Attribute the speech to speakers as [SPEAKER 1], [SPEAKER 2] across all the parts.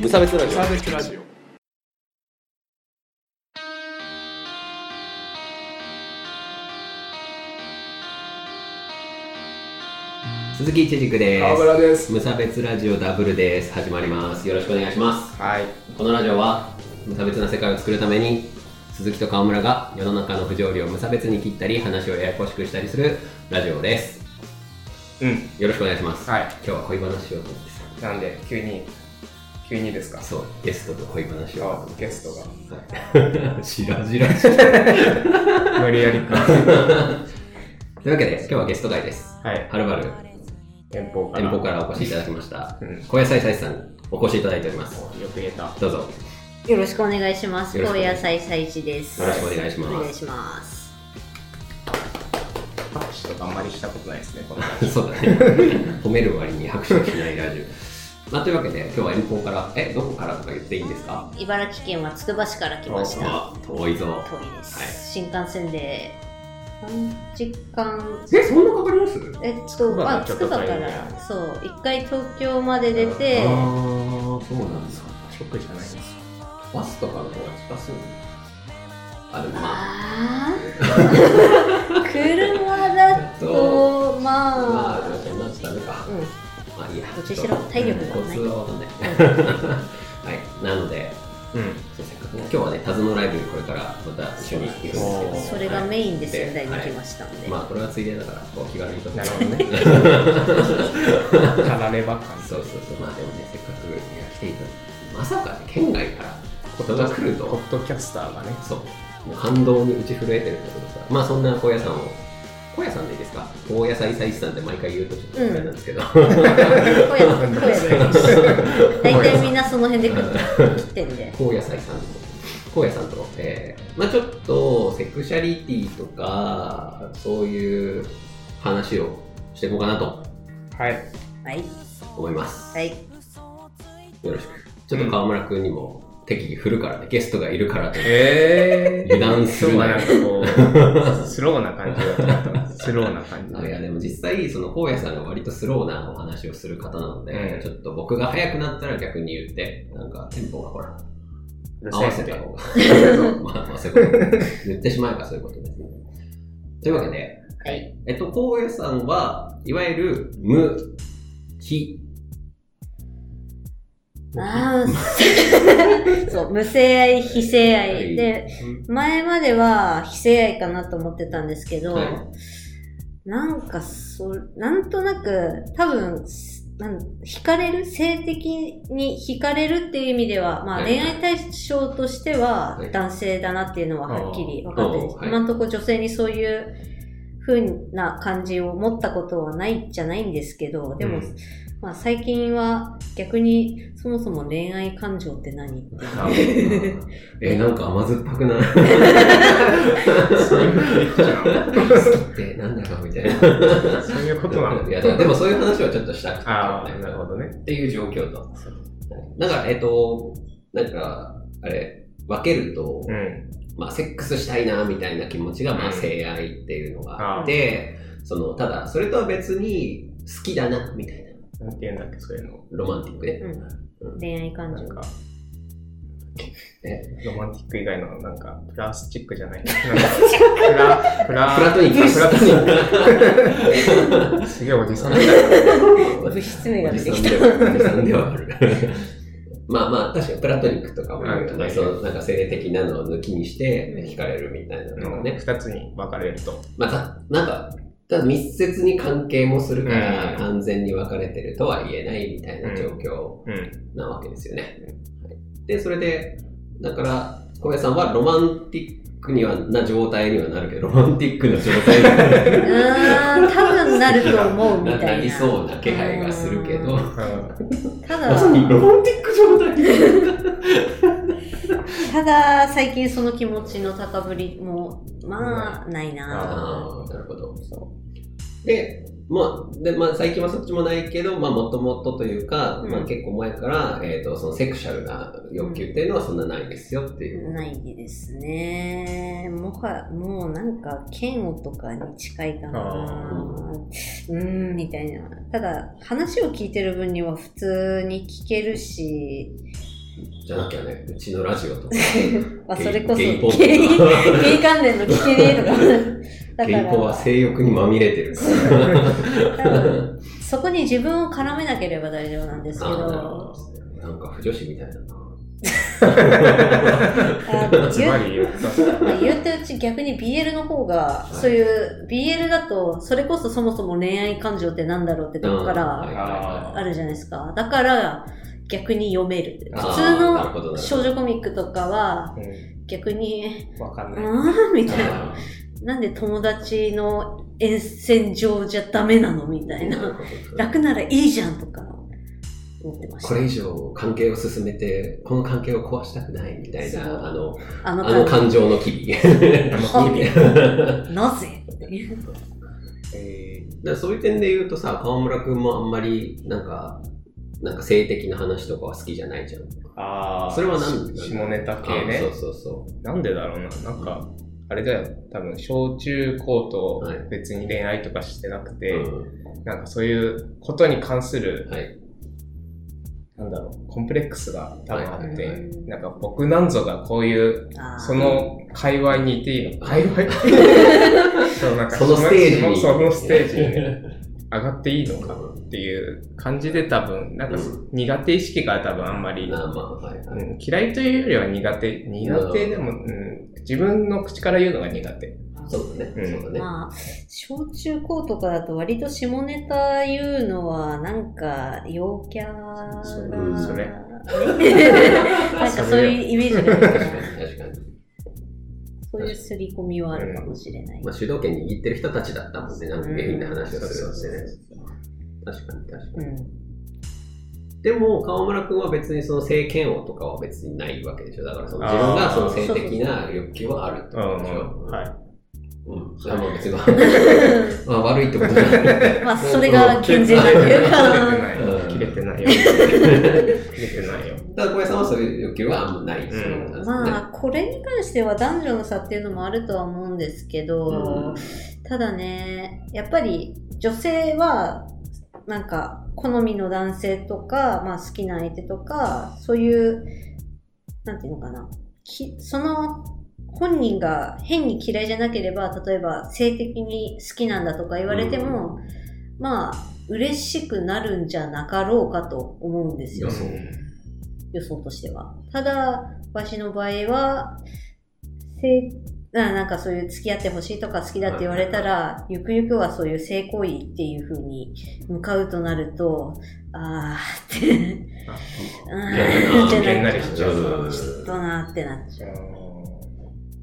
[SPEAKER 1] 無差別ラジオ
[SPEAKER 2] サーベスラジオ
[SPEAKER 3] 鈴木一軸で
[SPEAKER 2] 川村です
[SPEAKER 3] す無差別ラジオダブルです始まりますよろしくお願いします
[SPEAKER 2] はい
[SPEAKER 3] このラジオは無差別な世界を作るために鈴木と川村が世の中の不条理を無差別に切ったり話をややこしくしたりするラジオです
[SPEAKER 2] うん
[SPEAKER 3] よろしくお願いします、
[SPEAKER 2] はい
[SPEAKER 3] 今日は恋話しようと思って
[SPEAKER 2] なんで急に急にですか
[SPEAKER 3] さそうゲストと恋話しよ
[SPEAKER 2] あゲスト
[SPEAKER 3] うとはい しらじらしいと
[SPEAKER 2] が無理やり か
[SPEAKER 3] いうわけで今日はゲスト会です
[SPEAKER 2] はい
[SPEAKER 3] はるばる
[SPEAKER 2] 遠方から
[SPEAKER 3] 遠方からお越しいただきました
[SPEAKER 2] うん
[SPEAKER 3] 小野菜菜さんにお越しいただいております
[SPEAKER 2] およく言えた
[SPEAKER 3] どうぞ
[SPEAKER 4] よろしくお願いします。
[SPEAKER 3] よろしく
[SPEAKER 4] 高
[SPEAKER 3] お願い
[SPEAKER 4] 野菜菜一です。
[SPEAKER 3] よろしくお願いします
[SPEAKER 4] お願いします。
[SPEAKER 2] 拍手とかあんまりしたことないですね この
[SPEAKER 3] そうだね。褒める割に拍手をしないラジオ。まあ、というわけで、今日は遠方から、え、どこからとか言っていいんですか
[SPEAKER 4] 茨城県はつくば市から来ました。
[SPEAKER 3] あ、遠いぞ。
[SPEAKER 4] 遠いです。
[SPEAKER 3] はい
[SPEAKER 4] 新幹線で3時間。
[SPEAKER 3] え、そんなかかります
[SPEAKER 4] えっ
[SPEAKER 2] くば
[SPEAKER 4] と、
[SPEAKER 2] が
[SPEAKER 4] あ、
[SPEAKER 2] ちょ
[SPEAKER 4] つ
[SPEAKER 2] っと
[SPEAKER 4] くば
[SPEAKER 2] 遠いね
[SPEAKER 4] から、そう、一回東京まで出
[SPEAKER 3] あ
[SPEAKER 4] て、
[SPEAKER 3] ー、そうなんですか。
[SPEAKER 2] ショックじゃないです
[SPEAKER 3] バスとかの方が近そう。あ、でもまあ、
[SPEAKER 4] あ ー車だと、ま
[SPEAKER 3] ま
[SPEAKER 4] あ、
[SPEAKER 3] あ、でもそんなやつダメか
[SPEAKER 4] う。ん、
[SPEAKER 3] まあいいや。
[SPEAKER 4] どっちにしろ体力がない
[SPEAKER 3] コツはわかんない。 はい、なので、
[SPEAKER 2] うん
[SPEAKER 3] そうせっかくね今日はね、タズのライブにこれからまた一緒に行くんですけ
[SPEAKER 2] お
[SPEAKER 3] ど
[SPEAKER 2] ー。
[SPEAKER 4] それがメインで仙台に
[SPEAKER 3] はい
[SPEAKER 4] 来ましたんで、
[SPEAKER 3] まあこれはついでだからこう気軽にとって
[SPEAKER 2] なるほど ねたられば感
[SPEAKER 3] そうそうそうまあでもねせっかくいや来ていただいてまさかね県外からことが来る
[SPEAKER 2] ポ
[SPEAKER 3] と
[SPEAKER 2] ッドキャスターがね
[SPEAKER 3] そうもう感動に打ち震えてるんだけどさまあそんな高野山を高野山でいいですか高野菜菜師さんって毎回言うとちょっとあれなんですけ ど、
[SPEAKER 4] 小屋小 屋で、大体みんなその辺で食ってきてんで、
[SPEAKER 3] 高野菜さんと高野さんと、えーまあ、ちょっとセクシャリティとかそういう話をしていこうかなと
[SPEAKER 2] はい
[SPEAKER 4] はい、
[SPEAKER 3] 思います
[SPEAKER 4] はい。
[SPEAKER 3] よろしく。ちょっと川村くんにも適宜振るからね、ゲストがいるからと。
[SPEAKER 2] え
[SPEAKER 3] 油断する
[SPEAKER 2] なな
[SPEAKER 3] な
[SPEAKER 2] ん。かこうスローな感じだと思ったスローな感じ
[SPEAKER 3] いや、でも実際、その、荒野さんが割とスローなお話をする方なので、
[SPEAKER 2] うん
[SPEAKER 3] ちょっと僕が早くなったら逆に言って、なんか、テンポがほら、
[SPEAKER 2] うる
[SPEAKER 3] 合
[SPEAKER 2] せえ
[SPEAKER 3] わ
[SPEAKER 2] っ
[SPEAKER 3] せ
[SPEAKER 2] て
[SPEAKER 3] た方 が。まあ、まあ、そういうこと。言ってしまえばそういうことですね。というわけで、
[SPEAKER 4] はい。
[SPEAKER 3] えっと、荒野さんは、いわゆる、無、非、
[SPEAKER 4] ああ、 そう、無性愛、非性愛。で、前までは非性愛かなと思ってたんですけ ど、
[SPEAKER 3] はい
[SPEAKER 4] なんか、そ、なんとなく、多分、なん惹かれる性的に惹かれるっていう意味では、ま
[SPEAKER 3] は
[SPEAKER 4] あ
[SPEAKER 3] い
[SPEAKER 4] 恋愛対象としては
[SPEAKER 3] はい
[SPEAKER 4] 男性だなっていうのははっきり分かってるんです
[SPEAKER 3] おーはい
[SPEAKER 4] 今のところ女性にそういう風な感じを持ったことはないじゃないんですけど、でも、
[SPEAKER 2] うん
[SPEAKER 4] まあ最近は逆にそもそも恋愛感情って何って
[SPEAKER 2] あ
[SPEAKER 3] え、なんか甘酸っぱくない
[SPEAKER 2] そういうことじゃん
[SPEAKER 3] 好き ってなんだかみたいな。
[SPEAKER 2] そういうことなの
[SPEAKER 3] いやでもでもそういう話はちょっとしたくて、
[SPEAKER 2] ああ、なるほどね。
[SPEAKER 3] っていう状況と。だから、えっと、なんか、あれ、分けると、
[SPEAKER 2] うん。
[SPEAKER 3] まあ、セックスしたいな、みたいな気持ちが、ま
[SPEAKER 2] う
[SPEAKER 3] あ、
[SPEAKER 2] ん
[SPEAKER 3] 性愛っていうのがあって、その、ただ、それとは別に、好きだな、みたいな、
[SPEAKER 2] なんて言うんだっけ、そういうの。
[SPEAKER 3] ロマンティック ね。
[SPEAKER 4] うん、 恋愛感
[SPEAKER 2] な
[SPEAKER 4] 情
[SPEAKER 2] ん。か、
[SPEAKER 3] え
[SPEAKER 2] ロマンティック以外の、なんか、プラスチックじゃない。なんかプラ、プラ、
[SPEAKER 3] プラトニック、
[SPEAKER 2] プラトニック。すげえおじさんみたい な。
[SPEAKER 4] 失礼が
[SPEAKER 3] お
[SPEAKER 4] 出
[SPEAKER 3] じ
[SPEAKER 4] て
[SPEAKER 3] さん
[SPEAKER 4] き
[SPEAKER 3] で
[SPEAKER 4] た。
[SPEAKER 3] はおじさんではある。 まあまあ、確かにプラトニックとかもあるよ
[SPEAKER 2] う
[SPEAKER 3] ね。
[SPEAKER 2] ん
[SPEAKER 3] そのなんか性的なのを抜きにして
[SPEAKER 4] うん
[SPEAKER 3] 惹かれるみたいなのがね。
[SPEAKER 2] 二つに分かれると。
[SPEAKER 3] まあ、たなんか、ただ密接に関係もするから、
[SPEAKER 2] うん
[SPEAKER 3] 完全に分かれてるとは言えないみたいな状況
[SPEAKER 2] うん。
[SPEAKER 3] なわけですよね。はいで、それで、だから、小林さんはロマンティックにはな状態にはなるけど、ロマンティックな状態
[SPEAKER 4] うーん、多分なると思うみ
[SPEAKER 3] に
[SPEAKER 4] た
[SPEAKER 3] ないり
[SPEAKER 4] な。
[SPEAKER 3] そうな気配がするけど
[SPEAKER 4] う、
[SPEAKER 2] うん
[SPEAKER 4] た
[SPEAKER 3] まさにロ
[SPEAKER 4] だ、
[SPEAKER 3] マンティック状態になる。
[SPEAKER 4] ただ、最近その気持ちの高ぶりも、まあ、ないな
[SPEAKER 3] ああ、なるほど。
[SPEAKER 4] そ
[SPEAKER 3] で、まあ、で、まあ、最近はそっちもないけど、まあ、もともとというか、
[SPEAKER 4] うん。
[SPEAKER 3] まあ、結構前から、えっ、と、そのセクシャルな欲求っていうのはそんなないですよっていうう。
[SPEAKER 4] ないですね。もは、もうなんか、嫌悪とかに近いか
[SPEAKER 2] あ
[SPEAKER 4] な。うーん、みたいな。ただ、話を聞いてる分には普通に聞けるし、
[SPEAKER 3] じゃなきゃね、うちのラジオとか。
[SPEAKER 4] まあ、
[SPEAKER 3] ゲイ
[SPEAKER 4] それこそ、
[SPEAKER 3] ゲイ
[SPEAKER 4] ゲイ、
[SPEAKER 3] ポー
[SPEAKER 4] ゲイ
[SPEAKER 3] とか
[SPEAKER 4] 関連の聞けねえとか。だ
[SPEAKER 3] ゲイポは性欲にまみれて るから。
[SPEAKER 4] そこに自分を絡めなければ大丈夫なんです け
[SPEAKER 3] あーなる
[SPEAKER 4] ど、
[SPEAKER 3] ほどなんか不女子みたいだな。
[SPEAKER 4] あ の
[SPEAKER 2] つ
[SPEAKER 4] 言
[SPEAKER 2] ま
[SPEAKER 4] う
[SPEAKER 2] り言った
[SPEAKER 4] 言ってうち逆に BL の方が、そういう BL だと、それこそそもそも恋愛感情ってなんだろうってと
[SPEAKER 3] う
[SPEAKER 4] こか
[SPEAKER 3] んはい
[SPEAKER 4] ら
[SPEAKER 3] はいは
[SPEAKER 4] あ
[SPEAKER 3] い
[SPEAKER 4] るじゃないですか。だから逆に読めるって。
[SPEAKER 3] あ
[SPEAKER 4] 普
[SPEAKER 3] ー
[SPEAKER 4] 通
[SPEAKER 3] なるほど
[SPEAKER 4] の
[SPEAKER 3] なるほど
[SPEAKER 4] 少女コミックとかは
[SPEAKER 2] う
[SPEAKER 4] 逆に、
[SPEAKER 2] ん、わかん
[SPEAKER 4] う
[SPEAKER 2] ない。
[SPEAKER 4] ーんみたいな。
[SPEAKER 3] あ
[SPEAKER 4] なんで友達の沿線上じゃダメなのみたい
[SPEAKER 3] ーなる
[SPEAKER 4] な。
[SPEAKER 3] ほど
[SPEAKER 4] 楽ならいいじゃんとか思ってまし
[SPEAKER 3] こ
[SPEAKER 4] た。
[SPEAKER 3] れ以上関係を進めて、この関係を壊したくないみたい
[SPEAKER 4] そう
[SPEAKER 3] な、あの、
[SPEAKER 4] あ
[SPEAKER 3] あ
[SPEAKER 4] の
[SPEAKER 3] の
[SPEAKER 4] 感
[SPEAKER 3] 感情の機微。
[SPEAKER 4] あ の機微
[SPEAKER 3] だか
[SPEAKER 4] じ。なぜっていう
[SPEAKER 2] え
[SPEAKER 3] らそういう点で言うとさ、川村くんもあんまり、なんか、なんか性的な話とかは好きじゃないじゃん。
[SPEAKER 2] ー、あー
[SPEAKER 3] それは何
[SPEAKER 2] し下ネタ系
[SPEAKER 3] あ
[SPEAKER 2] ね
[SPEAKER 3] そう。そうそ
[SPEAKER 2] なんでだろうな。なんか、あれだよ。多分、小中高と
[SPEAKER 3] はい
[SPEAKER 2] 別に恋愛とかしてなく
[SPEAKER 3] う。
[SPEAKER 2] て、
[SPEAKER 3] うん
[SPEAKER 2] なんかそういうことに関する、
[SPEAKER 3] はい。
[SPEAKER 2] なんだろう、コンプレックスが多分あって、
[SPEAKER 3] はいはいはい
[SPEAKER 2] なんか僕なんぞがこういう、
[SPEAKER 4] あー
[SPEAKER 2] その界隈にいていいの界隈そうなんか
[SPEAKER 3] そのステージに。
[SPEAKER 2] そのステージにね、
[SPEAKER 3] に。
[SPEAKER 2] 上がっていいのかっていう感じで多分、なんか苦手意識が多分あんまり、
[SPEAKER 3] まあまあ、はいは
[SPEAKER 2] う
[SPEAKER 3] い。
[SPEAKER 2] ん嫌いというよりは苦手。苦手でも、うん、自分の口から言うのが苦手。
[SPEAKER 3] そうだね。
[SPEAKER 2] うん
[SPEAKER 3] そうだね。
[SPEAKER 4] まあ、小中高とかだと割と下ネタ言うのは、なんか、陽キャが。
[SPEAKER 2] そう
[SPEAKER 3] そ
[SPEAKER 2] れ
[SPEAKER 4] なんかそういうイメージがあるか
[SPEAKER 3] 確
[SPEAKER 4] ら
[SPEAKER 3] かに、確かに。
[SPEAKER 4] そういう刷り込みはあるかもしれない。
[SPEAKER 3] まあ、主導権握ってる人たちだったもんね、なんか下品な話をするのってね。確かに、確か
[SPEAKER 4] う
[SPEAKER 3] に。
[SPEAKER 4] ん。
[SPEAKER 3] でも、川村くんは別にその性嫌悪とかは別にないわけでしょ。だからその自分がその性的な欲求はあるっ
[SPEAKER 2] う
[SPEAKER 3] てこと
[SPEAKER 2] ん
[SPEAKER 3] でしょ。
[SPEAKER 2] うん。はい。
[SPEAKER 3] うん。それはもう別に、 まあ悪いってことじゃない。
[SPEAKER 4] まあ、それが健全だとい うか、
[SPEAKER 3] うん
[SPEAKER 2] 切れて ない。切れてないよ。切れてないよ。
[SPEAKER 3] ただ、小林さんはそういう欲求はあんまないですよね。
[SPEAKER 2] う
[SPEAKER 4] まあ、これに関しては男女の差っていうのもあるとは思うんですけど、ただね、やっぱり女性は、なんか、好みの男性とか、まあ好きな相手とか、そういう、なんていうのかな。きその、本人が変に嫌いじゃなければ、例えば性的に好きなんだとか言われても、まあ、嬉しくなるんじゃなかろうかと思うんですよ。
[SPEAKER 3] 予想。
[SPEAKER 4] 予想としては。ただ、わしの場合は、性、ななんかそういう付き合ってほしいとか好きだって言われたら、ゆくゆくはそういう性行為っていう風に向かうとなると、あーって、あーって
[SPEAKER 2] げんな
[SPEAKER 4] なっ
[SPEAKER 2] り
[SPEAKER 4] ち
[SPEAKER 2] しち
[SPEAKER 3] ち
[SPEAKER 2] ゃ
[SPEAKER 3] ょ
[SPEAKER 2] う。
[SPEAKER 3] っ
[SPEAKER 4] ちょっとなーってなっちゃう。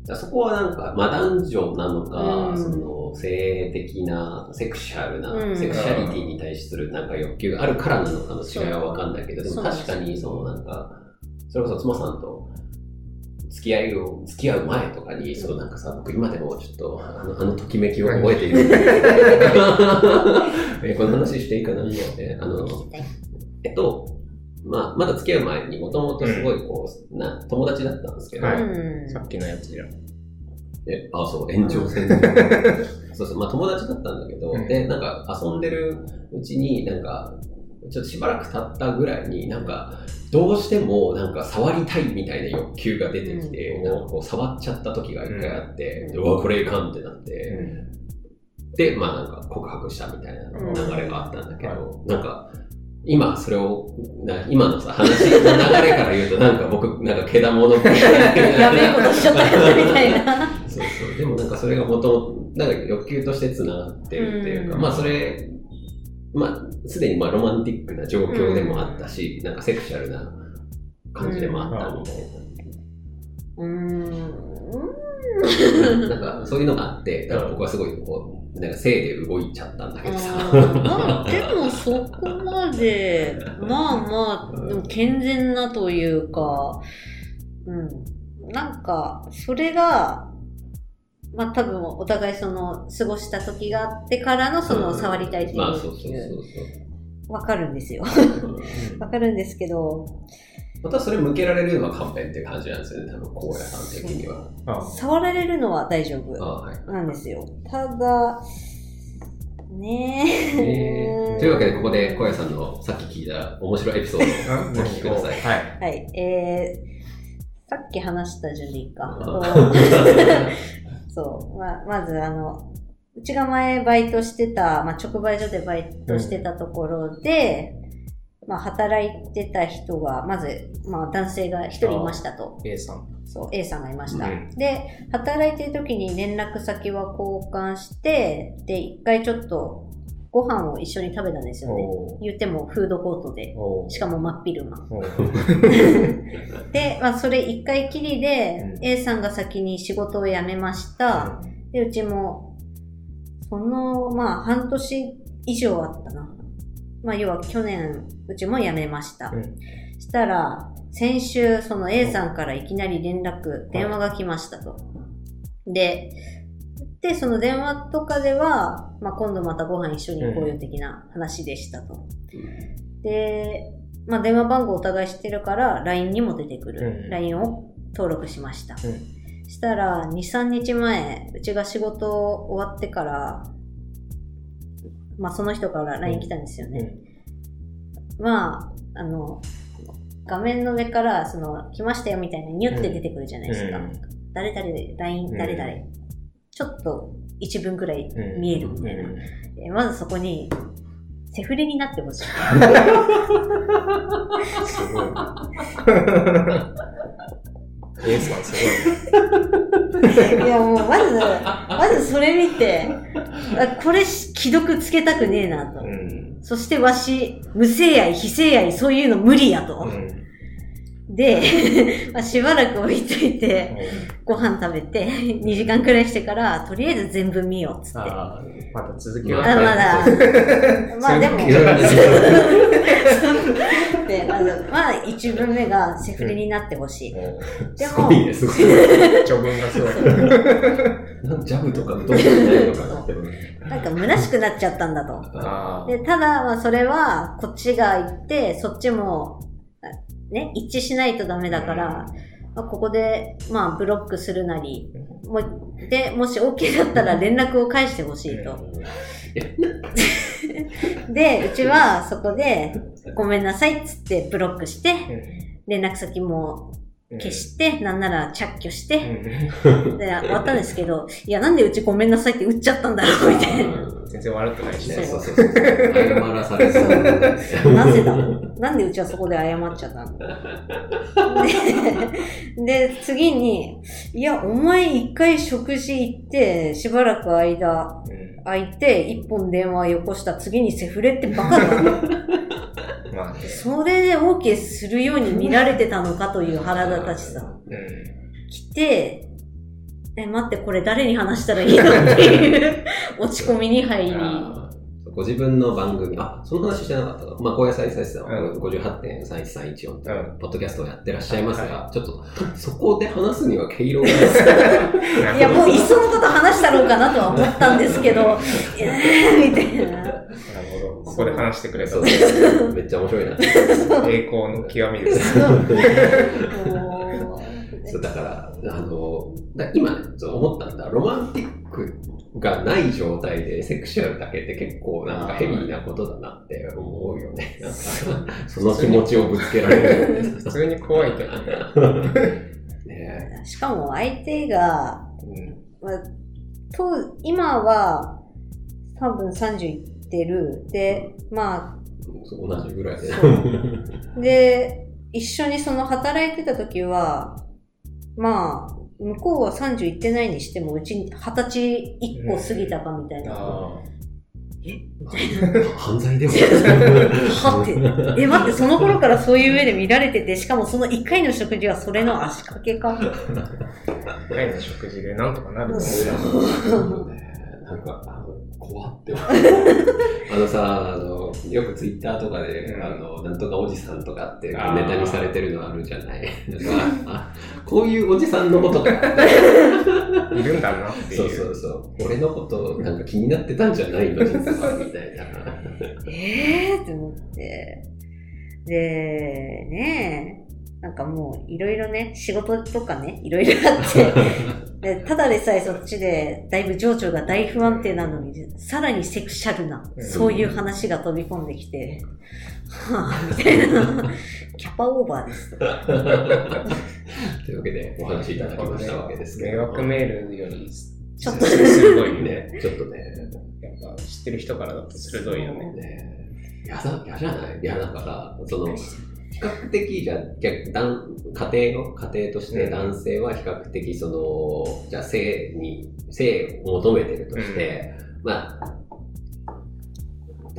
[SPEAKER 3] とそこはなんか、まあ男女なのか、
[SPEAKER 4] うん
[SPEAKER 3] その性的な、セクシャルな、
[SPEAKER 4] うん
[SPEAKER 3] セクシャリティに対するなんか欲求があるからなのかの違いはわかんないけど、で
[SPEAKER 4] そ
[SPEAKER 3] も
[SPEAKER 4] う
[SPEAKER 3] 確かにそのなんか、それこそ妻さんと付き合いを、付き合う前とかに、そのなんかさ、僕今でもちょっとあの、あのときめきを覚えている。 えこの話していいかなって、あの、えっと、まあ、まだ付き合う前にもともとすごいこう、な友達だったんですけど、
[SPEAKER 2] はい
[SPEAKER 4] うん
[SPEAKER 2] さっきのやつじゃん。
[SPEAKER 3] え、あ、そう、延長 戦。そうそう、まあ友達だったんだけど、
[SPEAKER 2] うん
[SPEAKER 3] で、なんか遊んでるうちに、なんか、ちょっとしばらく経ったぐらいに、なんか、どうしても、なんか、触りたいみたいな欲求が出てきて、
[SPEAKER 2] うん
[SPEAKER 3] なんかこう、触っちゃった時が一回あって、
[SPEAKER 4] うん
[SPEAKER 3] でうわ、これいかんってなって、
[SPEAKER 2] う
[SPEAKER 3] で、まあなんか、告白したみたいな流れがあったんだけど、なんか、今、それを、な今のさ、話の流れから言うと、なんか僕、なんか、けだものっぽい
[SPEAKER 4] やべえことしちゃったよみたいな。
[SPEAKER 3] そうそう。でもなんかそれが元々、なんか欲求として繋がってるっていうか、
[SPEAKER 4] うん
[SPEAKER 3] まあそれ、まあすでにまあロマンティックな状況でもあったし、なんかセクシャルな感じでもあったみたいう
[SPEAKER 4] ーん。
[SPEAKER 3] な。なんかそういうのがあって、だから僕はすごいこう、なんか性で動いちゃったんだけどさ。
[SPEAKER 4] あーまあ、でもそこまで、まあまあ、でも健全なというか、うん。なんか、それが、まあ多分お互いその過ごした時があってからのその触りたいってい
[SPEAKER 3] まあそうそうそう
[SPEAKER 4] う、わかるんですよ。
[SPEAKER 3] そううん。
[SPEAKER 4] わかるんですけど、
[SPEAKER 3] またそれ向けられるのは勘弁っていう感じなんですよね、多分、荒野さん的に
[SPEAKER 2] ん。
[SPEAKER 3] は。
[SPEAKER 2] あ
[SPEAKER 4] 触られるのは大丈夫
[SPEAKER 3] ああはい。
[SPEAKER 4] なんですよ。ただ、ねえ、
[SPEAKER 3] ねというわけで、ここで小屋さんのさっき聞いた面白いエピソードをお聞きください。
[SPEAKER 2] はい。
[SPEAKER 4] はい、えー、さっき話した順でいいか。 そう、まあ、まずあの、うちが前バイトしてた、まあ、直売所でバイトしてたところで、まあ、働いてた人が、まず、まあ、男性が一人いましたと。
[SPEAKER 2] A さん。
[SPEAKER 4] そう、A さんがいました。
[SPEAKER 2] うん
[SPEAKER 4] で、働いてる時に連絡先は交換して、で、一回ちょっとご飯を一緒に食べたんですよね。
[SPEAKER 2] おー
[SPEAKER 4] 言ってもフードコートで。
[SPEAKER 2] おー
[SPEAKER 4] しかも真っ昼間。
[SPEAKER 2] おー
[SPEAKER 4] で、まあ、それ一回きりで、
[SPEAKER 2] うん
[SPEAKER 4] A さんが先に仕事を辞めました。で、うちも、その、まあ、半年以上あったな。まあ、要は去年、うちも辞めました。
[SPEAKER 2] うん
[SPEAKER 4] したら、先週、その A さんからいきなり連絡、電話が来ましたと。で、で、その電話とかでは、まあ、今度またご飯一緒に行こうよ的な話でしたと。で、まあ、電話番号お互い知ってるから、LINE にも出てく
[SPEAKER 2] う
[SPEAKER 4] る。
[SPEAKER 2] ん
[SPEAKER 4] LINE を登録しました。
[SPEAKER 2] う
[SPEAKER 4] したら、2、3日前、うちが仕事終わってから、まあ、その人から LINE 来たんですよね。まあ、あの、画面の上から、その、来ましたよみたいなニュって出てくるじゃないですか。
[SPEAKER 2] うん
[SPEAKER 4] 誰々、
[SPEAKER 2] う
[SPEAKER 4] LINE、
[SPEAKER 2] ん
[SPEAKER 4] 誰々。ちょっと、一文くらい見えるみたいな。
[SPEAKER 2] うん
[SPEAKER 4] えまずそこに、セフレになってほしい。
[SPEAKER 2] すごい。A さんす
[SPEAKER 4] いやもうまず、まずそれ見て、あこれし既読つけたくねえなと
[SPEAKER 2] ごい。。うん。
[SPEAKER 4] そしてわし、無性愛、非性愛、そういうの無理や
[SPEAKER 2] う
[SPEAKER 4] と。
[SPEAKER 2] ん。
[SPEAKER 4] で、 まあ、しばらく置いといて、ご飯食べて、2時 間くらいしてから、とりあえず全部見ようっつって。あ、
[SPEAKER 2] ああ、まだ続きは。
[SPEAKER 4] まだ。まあでも、
[SPEAKER 2] そ
[SPEAKER 3] いろいろですよ
[SPEAKER 4] でまず、まあ1分目がセフレになってほしい。ですも
[SPEAKER 3] ご、いね、すごい。
[SPEAKER 2] 序文がすごい。
[SPEAKER 3] なんかジャブとかどうじゃないのかなって思う。
[SPEAKER 4] なんか虚しくなっちゃったんだと。
[SPEAKER 2] あ
[SPEAKER 4] で、ただ、まあ、それは、こっちが行って、そっちも、あね、一致しないとダメだから、まあ、ここで、まあ、ブロックするなり、もうで、もし OK だったら連絡を返してほしいと。で、うちは、そこで、ごめんなさいっつってブロックして、連絡先も消して、なんなら着去して、で、終わったんですけど、いや、なんでうちごめんなさいって打っちゃったんだろう、みたいな。
[SPEAKER 2] 全然悪くないし
[SPEAKER 3] ね
[SPEAKER 2] ね。
[SPEAKER 3] そうそうそう。謝らされそうなんですよ。
[SPEAKER 4] なぜだなんでうちはそこで謝っちゃったので で、次に、いや、お前一回食事行って、しばらく間空いて、一本電話よこした次にセフレってバカだな。
[SPEAKER 2] うんまあね。
[SPEAKER 4] それで OK するように見られてたのかという腹立たしさ。
[SPEAKER 2] うん
[SPEAKER 4] 来て、え、待って、これ誰に話したらいいのっていう落ち込みに入り。
[SPEAKER 3] あーご自分の番組、あ、その話してなかったか。まあ、高野菜菜さんは
[SPEAKER 2] うん
[SPEAKER 3] 58.3131音と
[SPEAKER 2] う
[SPEAKER 3] ポッドキャストをやってらっしゃいますが、ちょっと、そこで話すには毛色がない。
[SPEAKER 4] いや、もういっそのこと話したろうかなとは思ったんですけど、えーみたいな。
[SPEAKER 2] なるほど。ここで話してくれた
[SPEAKER 3] そう。そうめっちゃ面白いな。
[SPEAKER 2] 栄光の極みです。
[SPEAKER 4] も
[SPEAKER 3] そうだから、あの、だ今ね、ちょっと思ったんだ、ロマンティックがない状態でセクシュアルだけって結構なんかヘビーなことだなって思うよね。なんか、 その気持ちをぶつけられ る。
[SPEAKER 2] 普通に怖いけどね。
[SPEAKER 3] ね
[SPEAKER 4] うしかも相手が、
[SPEAKER 2] うん
[SPEAKER 4] まあ、と今は多分30いってる。で、ま
[SPEAKER 3] そう同じぐらいで。
[SPEAKER 4] そあ、で、一緒にその働いてた時は、まあ、向こうは30いってないにしても、うちに20歳1個過ぎたかみたいな。
[SPEAKER 2] あ
[SPEAKER 3] 犯罪で も。
[SPEAKER 4] はって。え、待って、その頃からそういう上で見られてて、しかもその1回の食事はそれの足掛けか。
[SPEAKER 2] あ、一回の食事でなんとかなると
[SPEAKER 3] ねなんか、あの怖って思うあのさ、あの、よくツイッターとかで、
[SPEAKER 2] うん
[SPEAKER 3] あの、なんとかおじさんとかってネ
[SPEAKER 2] あー
[SPEAKER 3] タにされてるのあるじゃない。 なんか、あこういうおじさんのことか。
[SPEAKER 2] 思う。いるんだなって
[SPEAKER 3] そう
[SPEAKER 2] い。
[SPEAKER 3] そううそう。俺のこと、なんか気になってたんじゃないの、実は、みたい な。
[SPEAKER 4] えーって思って。で、ねえ、なんかもういろいろね、仕事とかね、いろいろあって、でただでさえそっちで、だいぶ情緒が大不安定なのに、さらにセクシャルな、
[SPEAKER 2] うん
[SPEAKER 4] そういう話が飛び込んできて、はぁ、みたいな、キャパオーバーです。
[SPEAKER 3] というわけで、お話いただきましたわけです
[SPEAKER 2] 迷
[SPEAKER 3] けど。
[SPEAKER 2] 惑メールより、
[SPEAKER 4] ちょっと
[SPEAKER 2] すごいね。
[SPEAKER 3] ね、ちょっとね。
[SPEAKER 2] やっぱ知ってる人からだと鋭いよね。
[SPEAKER 3] ねやだ、やじゃないいや、だから、その、比較的、じゃあ逆男家庭の、家庭として
[SPEAKER 2] うん
[SPEAKER 3] 男性は比較的、その、じゃあ性に、性を求めてるとして、まあ、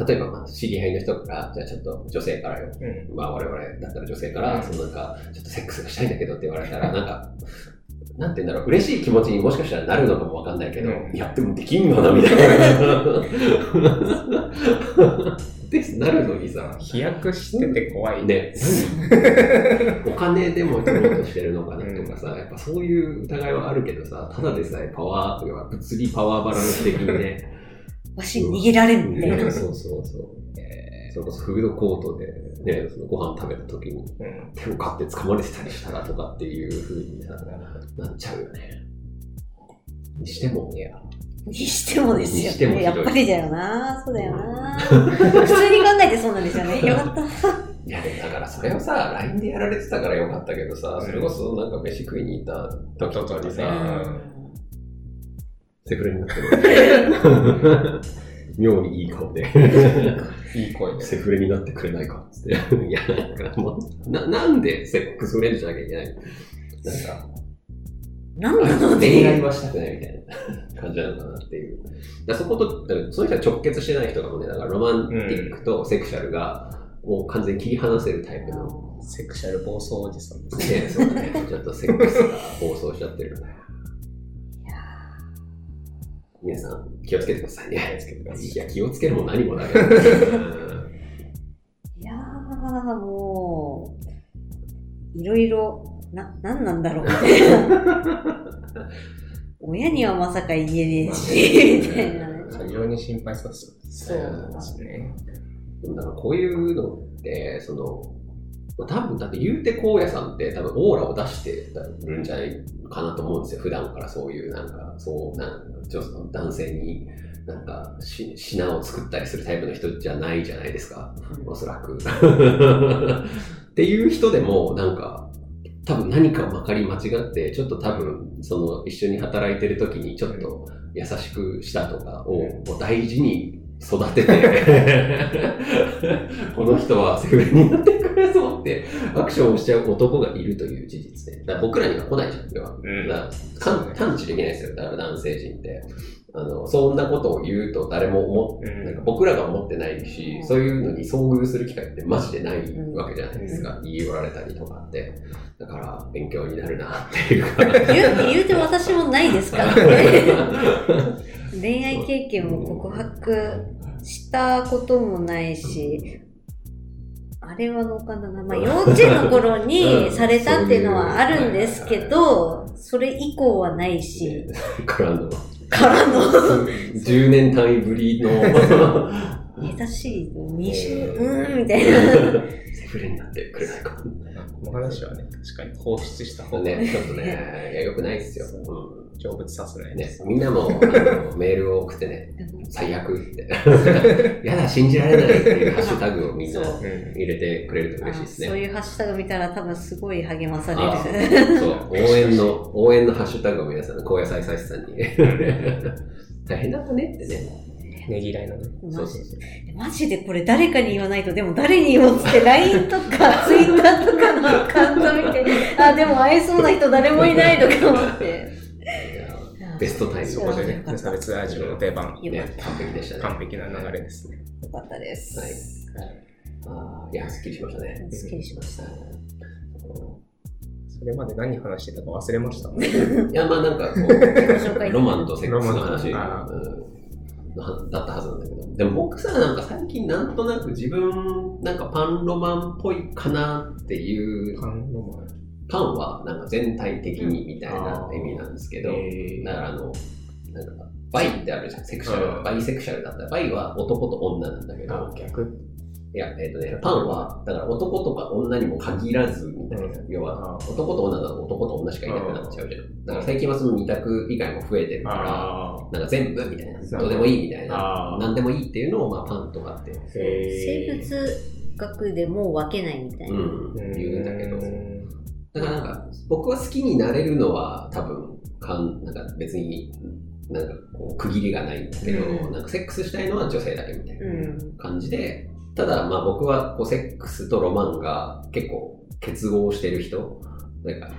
[SPEAKER 3] 例えば、まあ、知り合いの人から、じゃあちょっと女性からよ、
[SPEAKER 2] うん。
[SPEAKER 3] まあ我々だったら女性か
[SPEAKER 2] う
[SPEAKER 3] ら、
[SPEAKER 2] ん
[SPEAKER 3] そのなんか、ちょっとセックスがしたいんだけどって言われたら、なんか、なんて言うんだろう、嬉しい気持ちにもしかしたらなるのかもわかんないけど、
[SPEAKER 2] うん
[SPEAKER 3] やってもできんのかな、みたい な。ってなるのにさ、
[SPEAKER 2] 飛躍してて怖い。
[SPEAKER 3] ね、何お金でも取ろうとしてるのかなとかさ、やっぱそういう疑いはあるけどさ、ただでさえパワー、要は物理パワーバランス的にね、
[SPEAKER 4] わし逃げられんみたいな。
[SPEAKER 3] ねそうそうそう。それこそフードコートで、ね、そのご飯食べた時に、
[SPEAKER 2] うん。
[SPEAKER 3] 手をガって掴まれてたりしたらとかっていうふうにさなっちゃうよね。にしても、いや、
[SPEAKER 4] にしてもです
[SPEAKER 3] に
[SPEAKER 4] よ
[SPEAKER 3] しても
[SPEAKER 4] ね。
[SPEAKER 3] ひど
[SPEAKER 4] や
[SPEAKER 3] い
[SPEAKER 4] っぱりだよなそうだよな普通に考えてそうなんですよね。よかった。
[SPEAKER 3] いやでもだからそれをさ、LINE でやられてたからよかったけどさ、それこそなんか飯食いに行った時とかに
[SPEAKER 2] う
[SPEAKER 3] さ、
[SPEAKER 2] ん
[SPEAKER 3] セフレにな ってる。 妙にいい顔で、
[SPEAKER 2] いい声です。
[SPEAKER 3] セフレになってくれないかっつって。いや、なんかもう、な、なんでセックスフレンドじゃなきゃいけないのなんか、
[SPEAKER 4] なんなの
[SPEAKER 3] 恋愛
[SPEAKER 4] ね。
[SPEAKER 3] はしたくないみたいな感じなのかなっていう。だからそこと、だからその人は直結してない人かもね、だからロマンティックとセクシャルが、もう完全に切り離せるタイプの、
[SPEAKER 2] セクシャル暴走おじさんです。
[SPEAKER 3] ね、そうだね、ちょっとセックスが暴走しちゃってるよね。皆さん、気をつけてくださいね。いや、気をつけるも何もない。うん
[SPEAKER 4] いやー、もう、いろいろ、な、なんなんだろうみたいな。 親にはまさか言えねえし、みたいなね。
[SPEAKER 2] 過剰に心配させて
[SPEAKER 4] そう
[SPEAKER 2] ですね。
[SPEAKER 3] でもだからこういうのって、その、まあ多分だって言うて荒野さんって多分オーラを出してるんじゃないかなと思うんですよ。普段からそういうなんか、そう、なんちょっと男性になんかし品を作ったりするタイプの人じゃないじゃないですか。おそらく。 っていう人でもなんか、多分何かまかり間違って、ちょっと多分、その一緒に働いてる時にちょっと優しくしたとかをもう大事に育てて、この人はセフレになってくれそうってアクションをしちゃう男がいるという事実ね。だから僕らには来ないじゃん、要は。
[SPEAKER 2] うん
[SPEAKER 3] だから探探知できないですよ、だから男性陣って。あの、そんなことを言うと誰も思っ
[SPEAKER 2] うん
[SPEAKER 3] なんか僕らが思ってないし、そういうのに遭遇する機会ってマジでないわけじゃないですか。言い寄られたりとかって。だから、勉強になるなっていうか。
[SPEAKER 4] 言う言うて私もないですから ね。恋愛経験も告白したこともないし、あれはどうかな。まあ、幼稚園の頃にされたっていうのはあるんですけど、 それ以降はないし、
[SPEAKER 3] からの、
[SPEAKER 4] からの、
[SPEAKER 3] 10年単位ぶりの、
[SPEAKER 4] 下手しい、2週、
[SPEAKER 3] えー
[SPEAKER 4] うーん、みたいな。
[SPEAKER 3] セフレになってくれないかも。
[SPEAKER 2] この話はね、確かに放出した方が
[SPEAKER 3] ね、ちょっとね、 いや、良くないですよ。う
[SPEAKER 2] 成仏させない
[SPEAKER 3] ん
[SPEAKER 2] で
[SPEAKER 3] ね
[SPEAKER 2] す。、
[SPEAKER 3] みんなもあのメールを送ってね、最悪って。 やだ、信じられないっていうハッシュタグをみんな
[SPEAKER 4] そう
[SPEAKER 2] うん。
[SPEAKER 3] 入れてくれると嬉しいですね。
[SPEAKER 4] あそういうハッシュタグ見たら多分すごい励まさ
[SPEAKER 3] あ
[SPEAKER 4] れる。
[SPEAKER 3] そう、応援の、応援のハッシュタグを皆さん、高野菜菜師さんに。 大変だったねってね。
[SPEAKER 2] ねぎらいのね。
[SPEAKER 3] そうそうそう。
[SPEAKER 4] マジでこれ誰かに言わないと、でも誰に言おうっつって LINE と か Twitter とかのアカウント見て、あ、でも会えそうな人誰もいないとか思って。
[SPEAKER 3] いやベストタイム
[SPEAKER 2] そ
[SPEAKER 3] を
[SPEAKER 2] こ
[SPEAKER 3] ね
[SPEAKER 2] でね、無差別ラジオの出番、
[SPEAKER 4] よかっ
[SPEAKER 3] ね、完璧でしたね。
[SPEAKER 2] 完璧な流れですね。
[SPEAKER 4] た。よかったです。
[SPEAKER 3] はいあーいや、すっきりしましたね。
[SPEAKER 4] すっきりしました。
[SPEAKER 2] それまで何話してたか忘れましたね。
[SPEAKER 3] いや、まあなんかこ
[SPEAKER 4] 紹
[SPEAKER 3] う、
[SPEAKER 4] 介
[SPEAKER 3] ロマンとセックスの話、
[SPEAKER 2] ロマンと
[SPEAKER 3] うんのはだったはずなんだけど、でも僕さ、なんか最近なんとなく自分、なんかパンロマンっぽいかなっていう、
[SPEAKER 2] パンロマン。
[SPEAKER 3] パンはなんか全体的にみたいな意味なんですけど、
[SPEAKER 2] え
[SPEAKER 3] だからあの、なんか、バイってあるじゃん、セクシャル、
[SPEAKER 2] うん
[SPEAKER 3] バイセクシャルだったら、バイは男と女なんだけ
[SPEAKER 2] ー、あ
[SPEAKER 3] ど、
[SPEAKER 2] 逆
[SPEAKER 3] いや、えっ、とね、パンは、だから男とか女にも限らずみたいな。
[SPEAKER 2] う
[SPEAKER 3] 要は、
[SPEAKER 2] あー
[SPEAKER 3] 男と女だと男と女しかいなくなっちゃうじゃん。だから最近はその二択以外も増えてるか
[SPEAKER 2] あー
[SPEAKER 3] ら、なんか全部みたいな。
[SPEAKER 2] そう
[SPEAKER 3] どうでもいいみたいな。
[SPEAKER 2] あー
[SPEAKER 3] 何でもいいっていうのを、まあ、パンとかって、
[SPEAKER 4] 生物学でもう分けないみたいうな。
[SPEAKER 3] ん、
[SPEAKER 2] うん
[SPEAKER 3] 言うんだけど。だからなんか、僕は好きになれるのは多分、かんなんか別に、なんかこう区切りがないんだけど、
[SPEAKER 2] うん
[SPEAKER 3] なんかセックスしたいのは女性だけみたいな
[SPEAKER 4] うん。
[SPEAKER 3] 感じで、ただまあ僕はこうセックスとロマンが結構結合してる人、なんか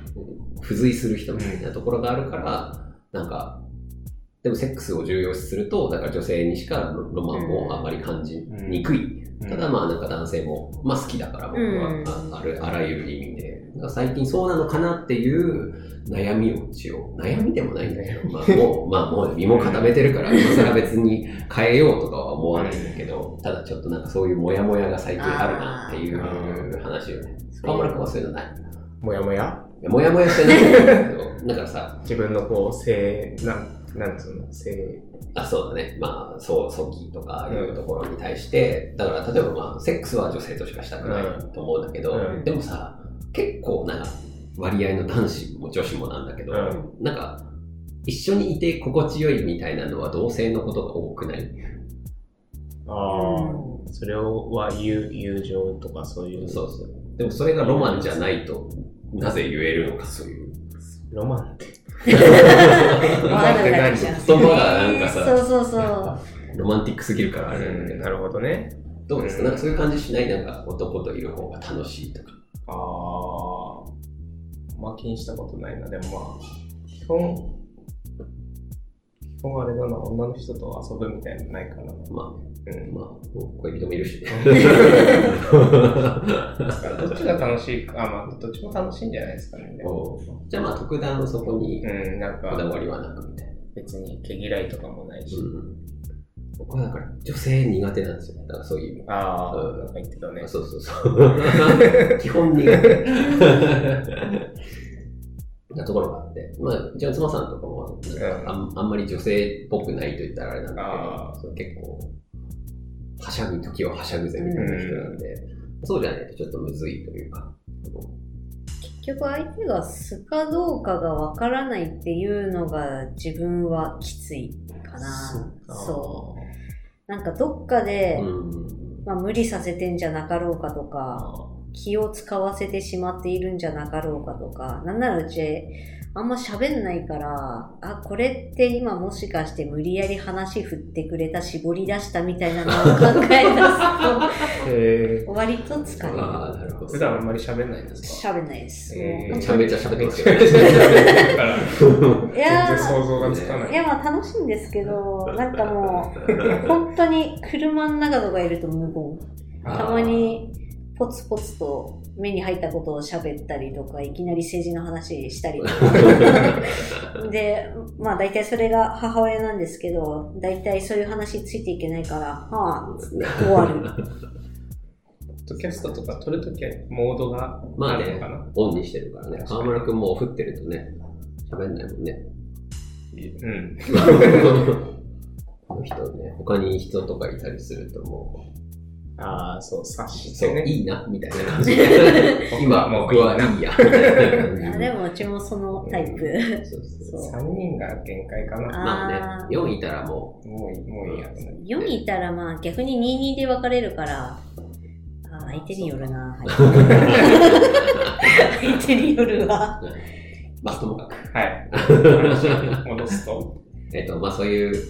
[SPEAKER 3] うん付随する人みたいなところがあるから、なんか、でもセックスを重要視すると、だから女性にしかロロマンもあんまり感じにくいただまあなんか男性も、まあ、好きだから僕
[SPEAKER 4] う
[SPEAKER 3] はああるあらゆる意味でだから最近そうなのかなっていう悩みを一応悩みでもないんだけど、まあ、もうまあもう身も固めてるから今更別に変えようとかは思わないんだけどただちょっとなんかそういうモヤモヤが最近あるなっていう
[SPEAKER 2] あー
[SPEAKER 3] 話よね川村君はそういうのない
[SPEAKER 2] もやもや
[SPEAKER 3] いやモヤモヤしてないんだ けどだからさ
[SPEAKER 2] 自分のこう性なんなんつうの性
[SPEAKER 3] あそうだねまあそう早期とかいうところに対して、だから例えばまあセックスは女性としかしたくないと思うんだけど、
[SPEAKER 2] うん
[SPEAKER 3] でもさ結構なんか割合の男子も女子もなんだけど、
[SPEAKER 2] う
[SPEAKER 3] なんか一緒にいて心地よいみたいなのは同性のことが多くない、
[SPEAKER 2] ああそれは友友情とかそういう
[SPEAKER 3] そうそうでもそれがロマンじゃないとなぜ言えるのかそういう
[SPEAKER 2] ロマ ンって
[SPEAKER 4] わかんなくなっちゃう
[SPEAKER 3] 言葉がなんかさ
[SPEAKER 4] そうそうそう。
[SPEAKER 3] ロマンティックすぎるからあ
[SPEAKER 2] あ
[SPEAKER 3] れなんだけ
[SPEAKER 2] る
[SPEAKER 3] ど、
[SPEAKER 2] なるほどね
[SPEAKER 3] どうですかなんかそういう感じしないなんか男といる方が楽しいとか
[SPEAKER 2] ああまあ気にしたことないなでもまあ基本基本あれだな女の人と遊ぶみたいなのないからな
[SPEAKER 3] まあ
[SPEAKER 2] うん
[SPEAKER 3] まあ、恋人もいる しね。
[SPEAKER 2] だから どっちが楽しいかあまあどっちも楽しいんじゃないですか ねでも
[SPEAKER 3] じゃあまあ、特段のそこに
[SPEAKER 2] うんなん
[SPEAKER 3] こだ
[SPEAKER 2] か
[SPEAKER 3] わりはなくみたいな。
[SPEAKER 2] 別に毛嫌いとかもないし、
[SPEAKER 3] 僕はだから、女性苦手なんですよね。だからそういう意味。
[SPEAKER 2] ああ、
[SPEAKER 3] うん
[SPEAKER 2] なんか言ってたね
[SPEAKER 3] あ。そうそうそう。基本苦手。なところがあって、まあ、じゃあ妻さんとかもなんかあん、あんまり女性っぽくないと言ったらあれなんだ
[SPEAKER 2] あ。
[SPEAKER 3] けど、そう結構、はしゃぐ時ははしゃぐぜみたいな人なんで、そうじゃないとちょっとむずいというか、
[SPEAKER 4] 結局相手が素かどうかがわからないっていうのが自分はきついかな。そうう。なんかどっかで、
[SPEAKER 3] うん
[SPEAKER 4] まあ、無理させてんじゃなかろうかとか、気を使わせてしまっているんじゃなかろうかとか、なんならうち、あんま喋んないから、あ、これって今もしかして無理やり話振ってくれた、絞り出したみたいなのを考え出
[SPEAKER 2] へ
[SPEAKER 4] すと、割と疲れる。
[SPEAKER 3] ああ、なるほど。
[SPEAKER 2] 普段あんまり喋んないんですか
[SPEAKER 4] 喋んないです。
[SPEAKER 2] えー
[SPEAKER 4] もう
[SPEAKER 3] めちゃめちゃ喋ってますよ。
[SPEAKER 2] だから、
[SPEAKER 4] い
[SPEAKER 2] 全
[SPEAKER 4] や
[SPEAKER 2] 然
[SPEAKER 4] ー
[SPEAKER 2] 想像がつかない
[SPEAKER 4] い。やまあ楽しいんですけど、なんかもう、本当に車の中とかいると無言。たまにポツポツと目に入ったことを喋ったりとか、いきなり政治の話したりとか。で、まあ大体それが母親なんですけど、大体そういう話ついていけないから、はあ、つって終わる。
[SPEAKER 2] ポッドキャストとか撮るときはモードが
[SPEAKER 3] ま
[SPEAKER 2] あ
[SPEAKER 3] あ
[SPEAKER 2] るの
[SPEAKER 3] ね
[SPEAKER 2] かな。、
[SPEAKER 3] オンにしてるからね。河村くんもう降ってるとね、喋んないもんね。
[SPEAKER 2] うん。
[SPEAKER 3] この人ね、他に人とかいたりするとも
[SPEAKER 2] ああ、そう、察
[SPEAKER 3] う、
[SPEAKER 2] し
[SPEAKER 3] そ
[SPEAKER 2] て
[SPEAKER 3] う、
[SPEAKER 2] ね。
[SPEAKER 3] いいな、みたいな感 じで。 今、僕はいいや。
[SPEAKER 4] あでもうちもそのタイプ。
[SPEAKER 3] そうそう
[SPEAKER 4] そう
[SPEAKER 2] 3人が限界かな。
[SPEAKER 3] まあね、4いたらも
[SPEAKER 2] もういい、もういいやつ。
[SPEAKER 4] 4人いたらまあ逆に2-2で分かれるから、あ相手によるな。相手によるわ。
[SPEAKER 3] う、まあともかく。
[SPEAKER 2] はい。 話を戻すと。
[SPEAKER 3] えっと、まあそういう、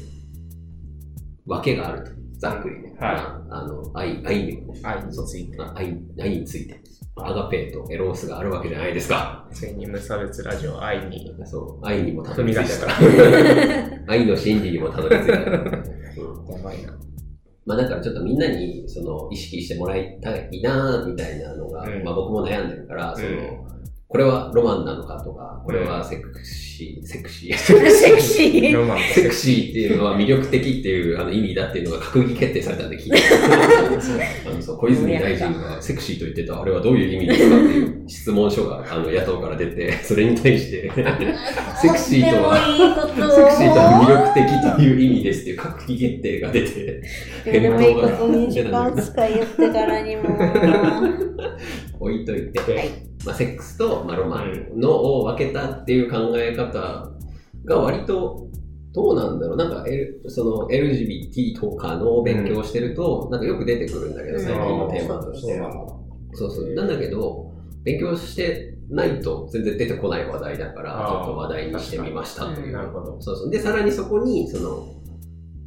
[SPEAKER 3] わけがあると。ざっくりね。
[SPEAKER 2] はい
[SPEAKER 3] まああの、愛、愛にもね。
[SPEAKER 2] 愛について。
[SPEAKER 3] まあ愛愛についてアガペーとエロースがあるわけじゃないですか
[SPEAKER 2] ついに無差別ラジオ愛に
[SPEAKER 3] そう愛にもたど
[SPEAKER 2] 踏
[SPEAKER 3] り
[SPEAKER 2] み
[SPEAKER 3] 着い
[SPEAKER 2] 出したた。
[SPEAKER 3] から 愛の真理にもたどり着いたから、うん
[SPEAKER 2] やばいな。
[SPEAKER 3] まあだからちょっとみんなにその意識してもらいたいなみたいなのが、
[SPEAKER 2] うん
[SPEAKER 3] まあ僕も悩んでるからその、
[SPEAKER 2] うん
[SPEAKER 3] これはロマンなのかとか、これはセクシー、セクシー、
[SPEAKER 4] セクシー。
[SPEAKER 2] ロマンと
[SPEAKER 3] セクシーっていうのは魅力的っていうあの意味だっていうのが閣議決定されたんで聞いたあのそう小泉大臣がセクシーと言ってたあれはどういう意味ですかっていう質問書があの野党から出て、 それに対して、セクシーとは
[SPEAKER 4] とってもいいことを
[SPEAKER 3] セクシーとは魅力的という意味ですっていう閣議決定が出て、
[SPEAKER 4] どうでもいいこと2時間しか言ってからにも。
[SPEAKER 3] 置いといて、
[SPEAKER 4] はい
[SPEAKER 3] まあ、セックスと、まあ、ロマンのを分けたっていう考え方が割と、どうなんだろうなんか、L、その LGBT とかの勉強をしてると、なんかよく出てくるんだけど、
[SPEAKER 4] うん
[SPEAKER 3] 最近のテーマとし
[SPEAKER 2] して
[SPEAKER 3] て。そうそう。なんだけど、勉強してないと全然出てこない話題だから、
[SPEAKER 2] あー
[SPEAKER 3] ちょっと話題にしてみましたという
[SPEAKER 2] なるほど。
[SPEAKER 3] そうそう。で、さらにそこに、その、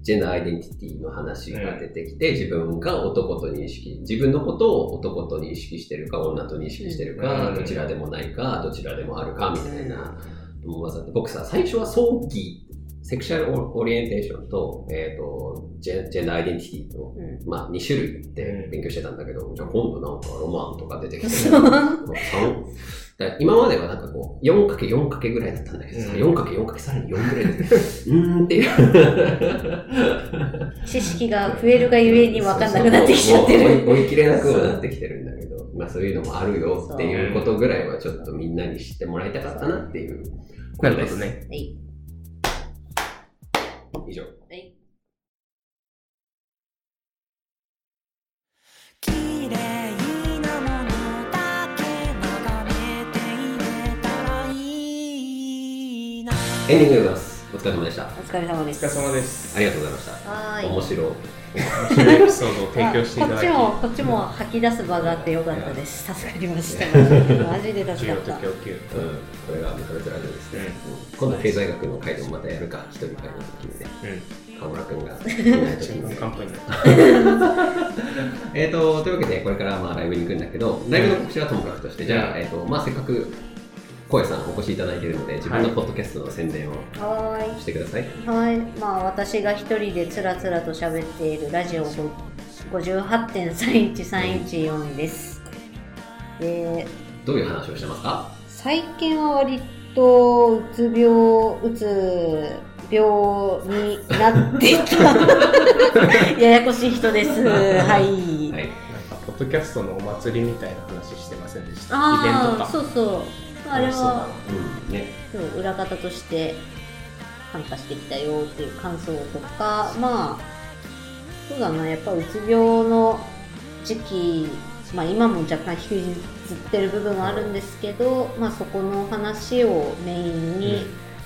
[SPEAKER 3] ジェンダーアイデンティティの話が出てきて、自分が男と認識、自分のことを男と認識してるか、女と認識してるか、
[SPEAKER 2] うん
[SPEAKER 3] どちらでもないか、どちらでもあるか、みたいな思わざって、僕さ、最初は葬儀、セクシャルオリエンテーションと、えっ、とジェン、ジェンダーアイデンティティと、
[SPEAKER 4] うん
[SPEAKER 3] まあ、2種類って勉強してたんだけど、じゃあ今度なんかロマンとか出てきて、
[SPEAKER 4] そう
[SPEAKER 3] 三だから今まではなんかこう、4×4× ぐらいだったんだけどさ、
[SPEAKER 2] うん
[SPEAKER 3] 4×4× さらに4ぐらいで、う ーんっていう。
[SPEAKER 4] 知識が増えるがゆえに分かんなくなってきちゃって
[SPEAKER 3] そうそう
[SPEAKER 4] る。
[SPEAKER 3] もう追い追い切れなくはなってきてるんだけど、まあそういうのもあるよっていうことぐらいはちょっとみんなに知ってもらいたかったなっていうこ
[SPEAKER 2] な
[SPEAKER 3] と
[SPEAKER 2] る
[SPEAKER 3] で
[SPEAKER 2] ほ
[SPEAKER 3] す。
[SPEAKER 2] どね。
[SPEAKER 4] はい
[SPEAKER 3] 以上。
[SPEAKER 4] はい
[SPEAKER 1] 「きれいなものだけ眺めていれたらいいな」
[SPEAKER 3] エンディングでございます。お疲れ様でした。
[SPEAKER 4] お疲れ様で
[SPEAKER 2] お
[SPEAKER 4] す。
[SPEAKER 2] 疲れ様です。
[SPEAKER 3] ありがとうございました。
[SPEAKER 4] はーい。
[SPEAKER 3] 面白い。
[SPEAKER 2] 面白いエピソードを提供していただき、
[SPEAKER 4] あこっちも、こっちも吐き出す場があってよかった です。助かりました。 マジで助
[SPEAKER 2] 需
[SPEAKER 4] か
[SPEAKER 2] 要
[SPEAKER 4] っ
[SPEAKER 2] と
[SPEAKER 4] た。
[SPEAKER 2] 供給。
[SPEAKER 3] うん、これがメタルズラジオですね、うん今度経済学の回でもまたやるか一人会の時にね
[SPEAKER 2] う
[SPEAKER 3] 河村君 がいない
[SPEAKER 2] ん。
[SPEAKER 3] 時
[SPEAKER 2] 新
[SPEAKER 3] に
[SPEAKER 2] 聞カンパニーになっ
[SPEAKER 3] えーとというわけでこれからまあライブに行くんだけどライブの告知はともかくとしてじゃあ、えーとまあ、せっかく声さんお越しいただいているので自分のポッドキャストの宣伝を
[SPEAKER 4] はーい。
[SPEAKER 3] してください、
[SPEAKER 4] はい、まあ私が一人でつらつらと喋っているラジオ58.31314です。で、
[SPEAKER 3] どういう話をしてますか
[SPEAKER 4] 最近は割とうつ病、うつ病になってた ややこしい人です。はい。
[SPEAKER 3] はい、
[SPEAKER 2] た。なんか、ポッドキャストのお祭りみたいな話してませんでした。イベント
[SPEAKER 4] ああ、
[SPEAKER 2] か。
[SPEAKER 4] そうそう。あれは
[SPEAKER 3] うんね、
[SPEAKER 4] そう裏方として参加してきたよっていう感想とかまあそうだなやっぱうつ病の時期まあ今も若干引きずってる部分はあるんですけど、まあ、そこの話をメインに、
[SPEAKER 2] うん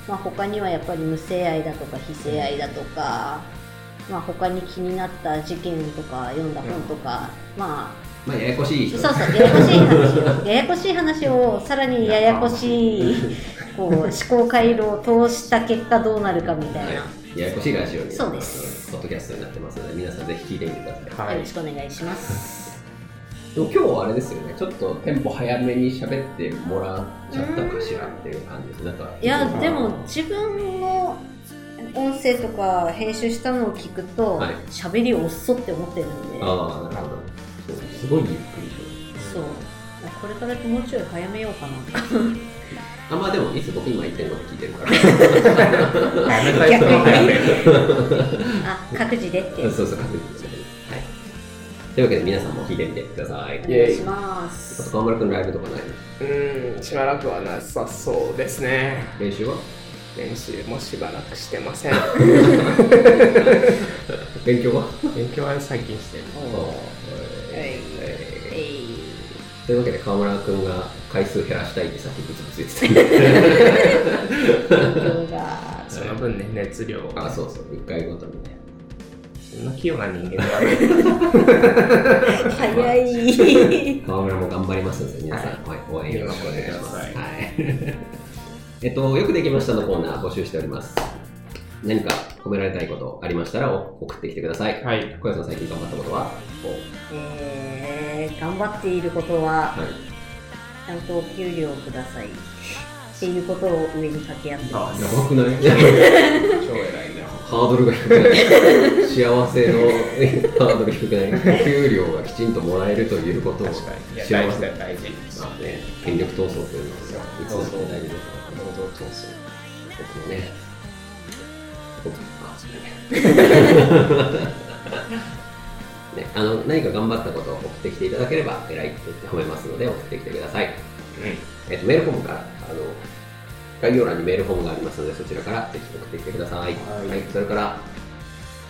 [SPEAKER 4] まあ、他にはやっぱり無性愛だとか非性愛だとか、まあ、他に気になった事件とか読んだ本とか、まあ
[SPEAKER 3] まあややこしい人
[SPEAKER 4] そうそう、ややこしい話を、ややこしい話を、さらにややこしい、こう、思考回路を通した結果どうなるかみたいな。よ
[SPEAKER 3] はい、ややこしいラジオに
[SPEAKER 4] そうです
[SPEAKER 3] ポッドキャストになってますので皆さんぜひ聞いてみてください
[SPEAKER 2] はい
[SPEAKER 4] ろしくお願いします。
[SPEAKER 3] でも今日はあれですよね、ちょっとテンポ早めに喋ってもらっちゃったかしらっていう感じです。なんか
[SPEAKER 4] いや、でも、自分の音声とか編集したのを聞くと
[SPEAKER 3] はい、
[SPEAKER 4] 喋、り遅って思ってるんで、
[SPEAKER 3] ああ、なるほど。そうすごいゆっくりしま
[SPEAKER 4] そう。これからもうちょい早めようかな。
[SPEAKER 3] す。あ、まあでも、いつ僕今言ってるの聞いてるから。
[SPEAKER 2] やめたい人は早める。
[SPEAKER 4] あ、各自でって。
[SPEAKER 3] そうそう、確認してはい。というわけで皆さんも聞いてみてください。
[SPEAKER 2] イ
[SPEAKER 4] お願
[SPEAKER 2] エ
[SPEAKER 4] い
[SPEAKER 2] イ
[SPEAKER 4] しま
[SPEAKER 3] あと、
[SPEAKER 4] す。
[SPEAKER 3] 河村くんのライブとかないの
[SPEAKER 2] うん、しばらくはなさそうですね。
[SPEAKER 3] 練習は
[SPEAKER 2] 練習もしばらくしてま せん。
[SPEAKER 3] 勉強は
[SPEAKER 2] 勉強は最近してる。
[SPEAKER 3] そう
[SPEAKER 4] はいえ
[SPEAKER 3] え
[SPEAKER 4] い
[SPEAKER 3] ーというわけで、河村くんが回数減らしたいってさっきブツブツ言ってた。
[SPEAKER 4] 勉強が
[SPEAKER 2] その分ね、熱量を。
[SPEAKER 3] あ、そうそう、1回ごとにね。
[SPEAKER 2] そんな器用な人間ではない。
[SPEAKER 4] 早い。
[SPEAKER 3] 河村も頑張りますので皆さん、はい、応援よろしくお願いします。は
[SPEAKER 2] はい
[SPEAKER 3] い、 えっと、よくできましたのコーナー募集しております。何か褒められたいことありましたらお送ってきてください。
[SPEAKER 2] はい。
[SPEAKER 3] 小屋さん最近頑張ったことは
[SPEAKER 4] えー頑張っていることは、
[SPEAKER 3] はい。
[SPEAKER 4] ちゃんとお給料をください。っていうことを上に掛け合ってま
[SPEAKER 3] や
[SPEAKER 4] す。
[SPEAKER 3] ばくない
[SPEAKER 2] 超偉いな。
[SPEAKER 3] ハードルが低くない幸せのハードル低くない給料がきちんともらえるということを
[SPEAKER 2] 確かに。いや、
[SPEAKER 3] 幸
[SPEAKER 2] 大事
[SPEAKER 3] せ
[SPEAKER 2] だよ、大事。
[SPEAKER 3] まあね、権力闘争というのはいつも大事ですからね。
[SPEAKER 2] 労働競争。
[SPEAKER 3] 僕もね。僕もまあそれ ねね、あの何か頑張ったことを送ってきていただければ偉いって言って褒めますので送ってきてください、えっと、メールフォームからあの概要欄にメールフォームがありますのでそちらからぜひ送ってきてください、
[SPEAKER 2] はい
[SPEAKER 3] それから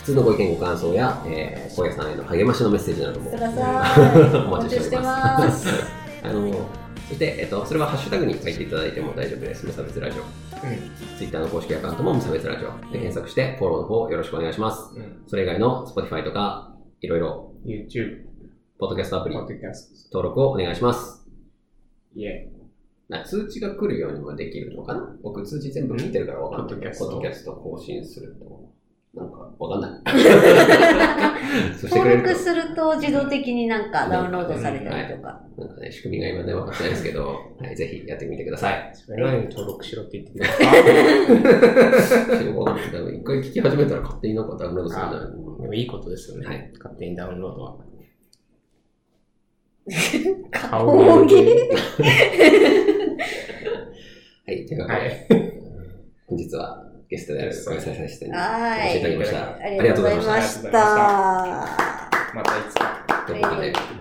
[SPEAKER 3] 普通のご意見ご感想や、えー、小屋さんへの励ましのメッセージなども
[SPEAKER 4] ください。
[SPEAKER 3] お待ちしております
[SPEAKER 4] お待ちしてます。
[SPEAKER 3] あのそして、えっと、それはハッシュタグに書いていただいても大丈夫です無差別ラジオ
[SPEAKER 2] うん。
[SPEAKER 3] ツイッターの公式アカウントも無差別ラジオで検索してフォローの方よろしくお願いします。
[SPEAKER 2] うん。
[SPEAKER 3] それ以外の Spotify とかいろいろ
[SPEAKER 2] YouTube、
[SPEAKER 3] ポッドキャストアプリ
[SPEAKER 2] ポッ
[SPEAKER 3] 登
[SPEAKER 2] ドキャス
[SPEAKER 3] 録をお願いします。
[SPEAKER 2] ト、いえ、
[SPEAKER 3] な通知が来るようにもできるのかな僕通知全部聞いてるからわかんないけど。
[SPEAKER 2] ポ
[SPEAKER 3] ポ
[SPEAKER 2] ッド
[SPEAKER 3] ッド
[SPEAKER 2] キ
[SPEAKER 3] キ
[SPEAKER 2] ャ
[SPEAKER 3] ャスト更新すると。なんかわかんない。 そしてく
[SPEAKER 4] 登
[SPEAKER 3] れる
[SPEAKER 4] 録すると自動的になんかダウンロードされたりとか。
[SPEAKER 3] と。なんかね、仕組みが今ね分かってないですけど、はい、ぜひやってみてください。
[SPEAKER 2] そ れなのに登録しろって言ってくれ た。
[SPEAKER 3] よくわかんない。多分一回聞き始めたら勝手になんかダウンロードするんだよね
[SPEAKER 2] でもいいことですよね。
[SPEAKER 3] はい
[SPEAKER 2] 勝手にダウンロー ドは。
[SPEAKER 4] 顔大喜利
[SPEAKER 3] はい、というわけ
[SPEAKER 2] は
[SPEAKER 3] で、
[SPEAKER 2] い。
[SPEAKER 3] 本日はゲストである小林先生に
[SPEAKER 4] は
[SPEAKER 3] 教えていただきました。
[SPEAKER 4] あり
[SPEAKER 2] あ
[SPEAKER 4] がとうございま
[SPEAKER 2] りがとうございま
[SPEAKER 4] し。
[SPEAKER 2] したまたいつか。
[SPEAKER 3] ということで、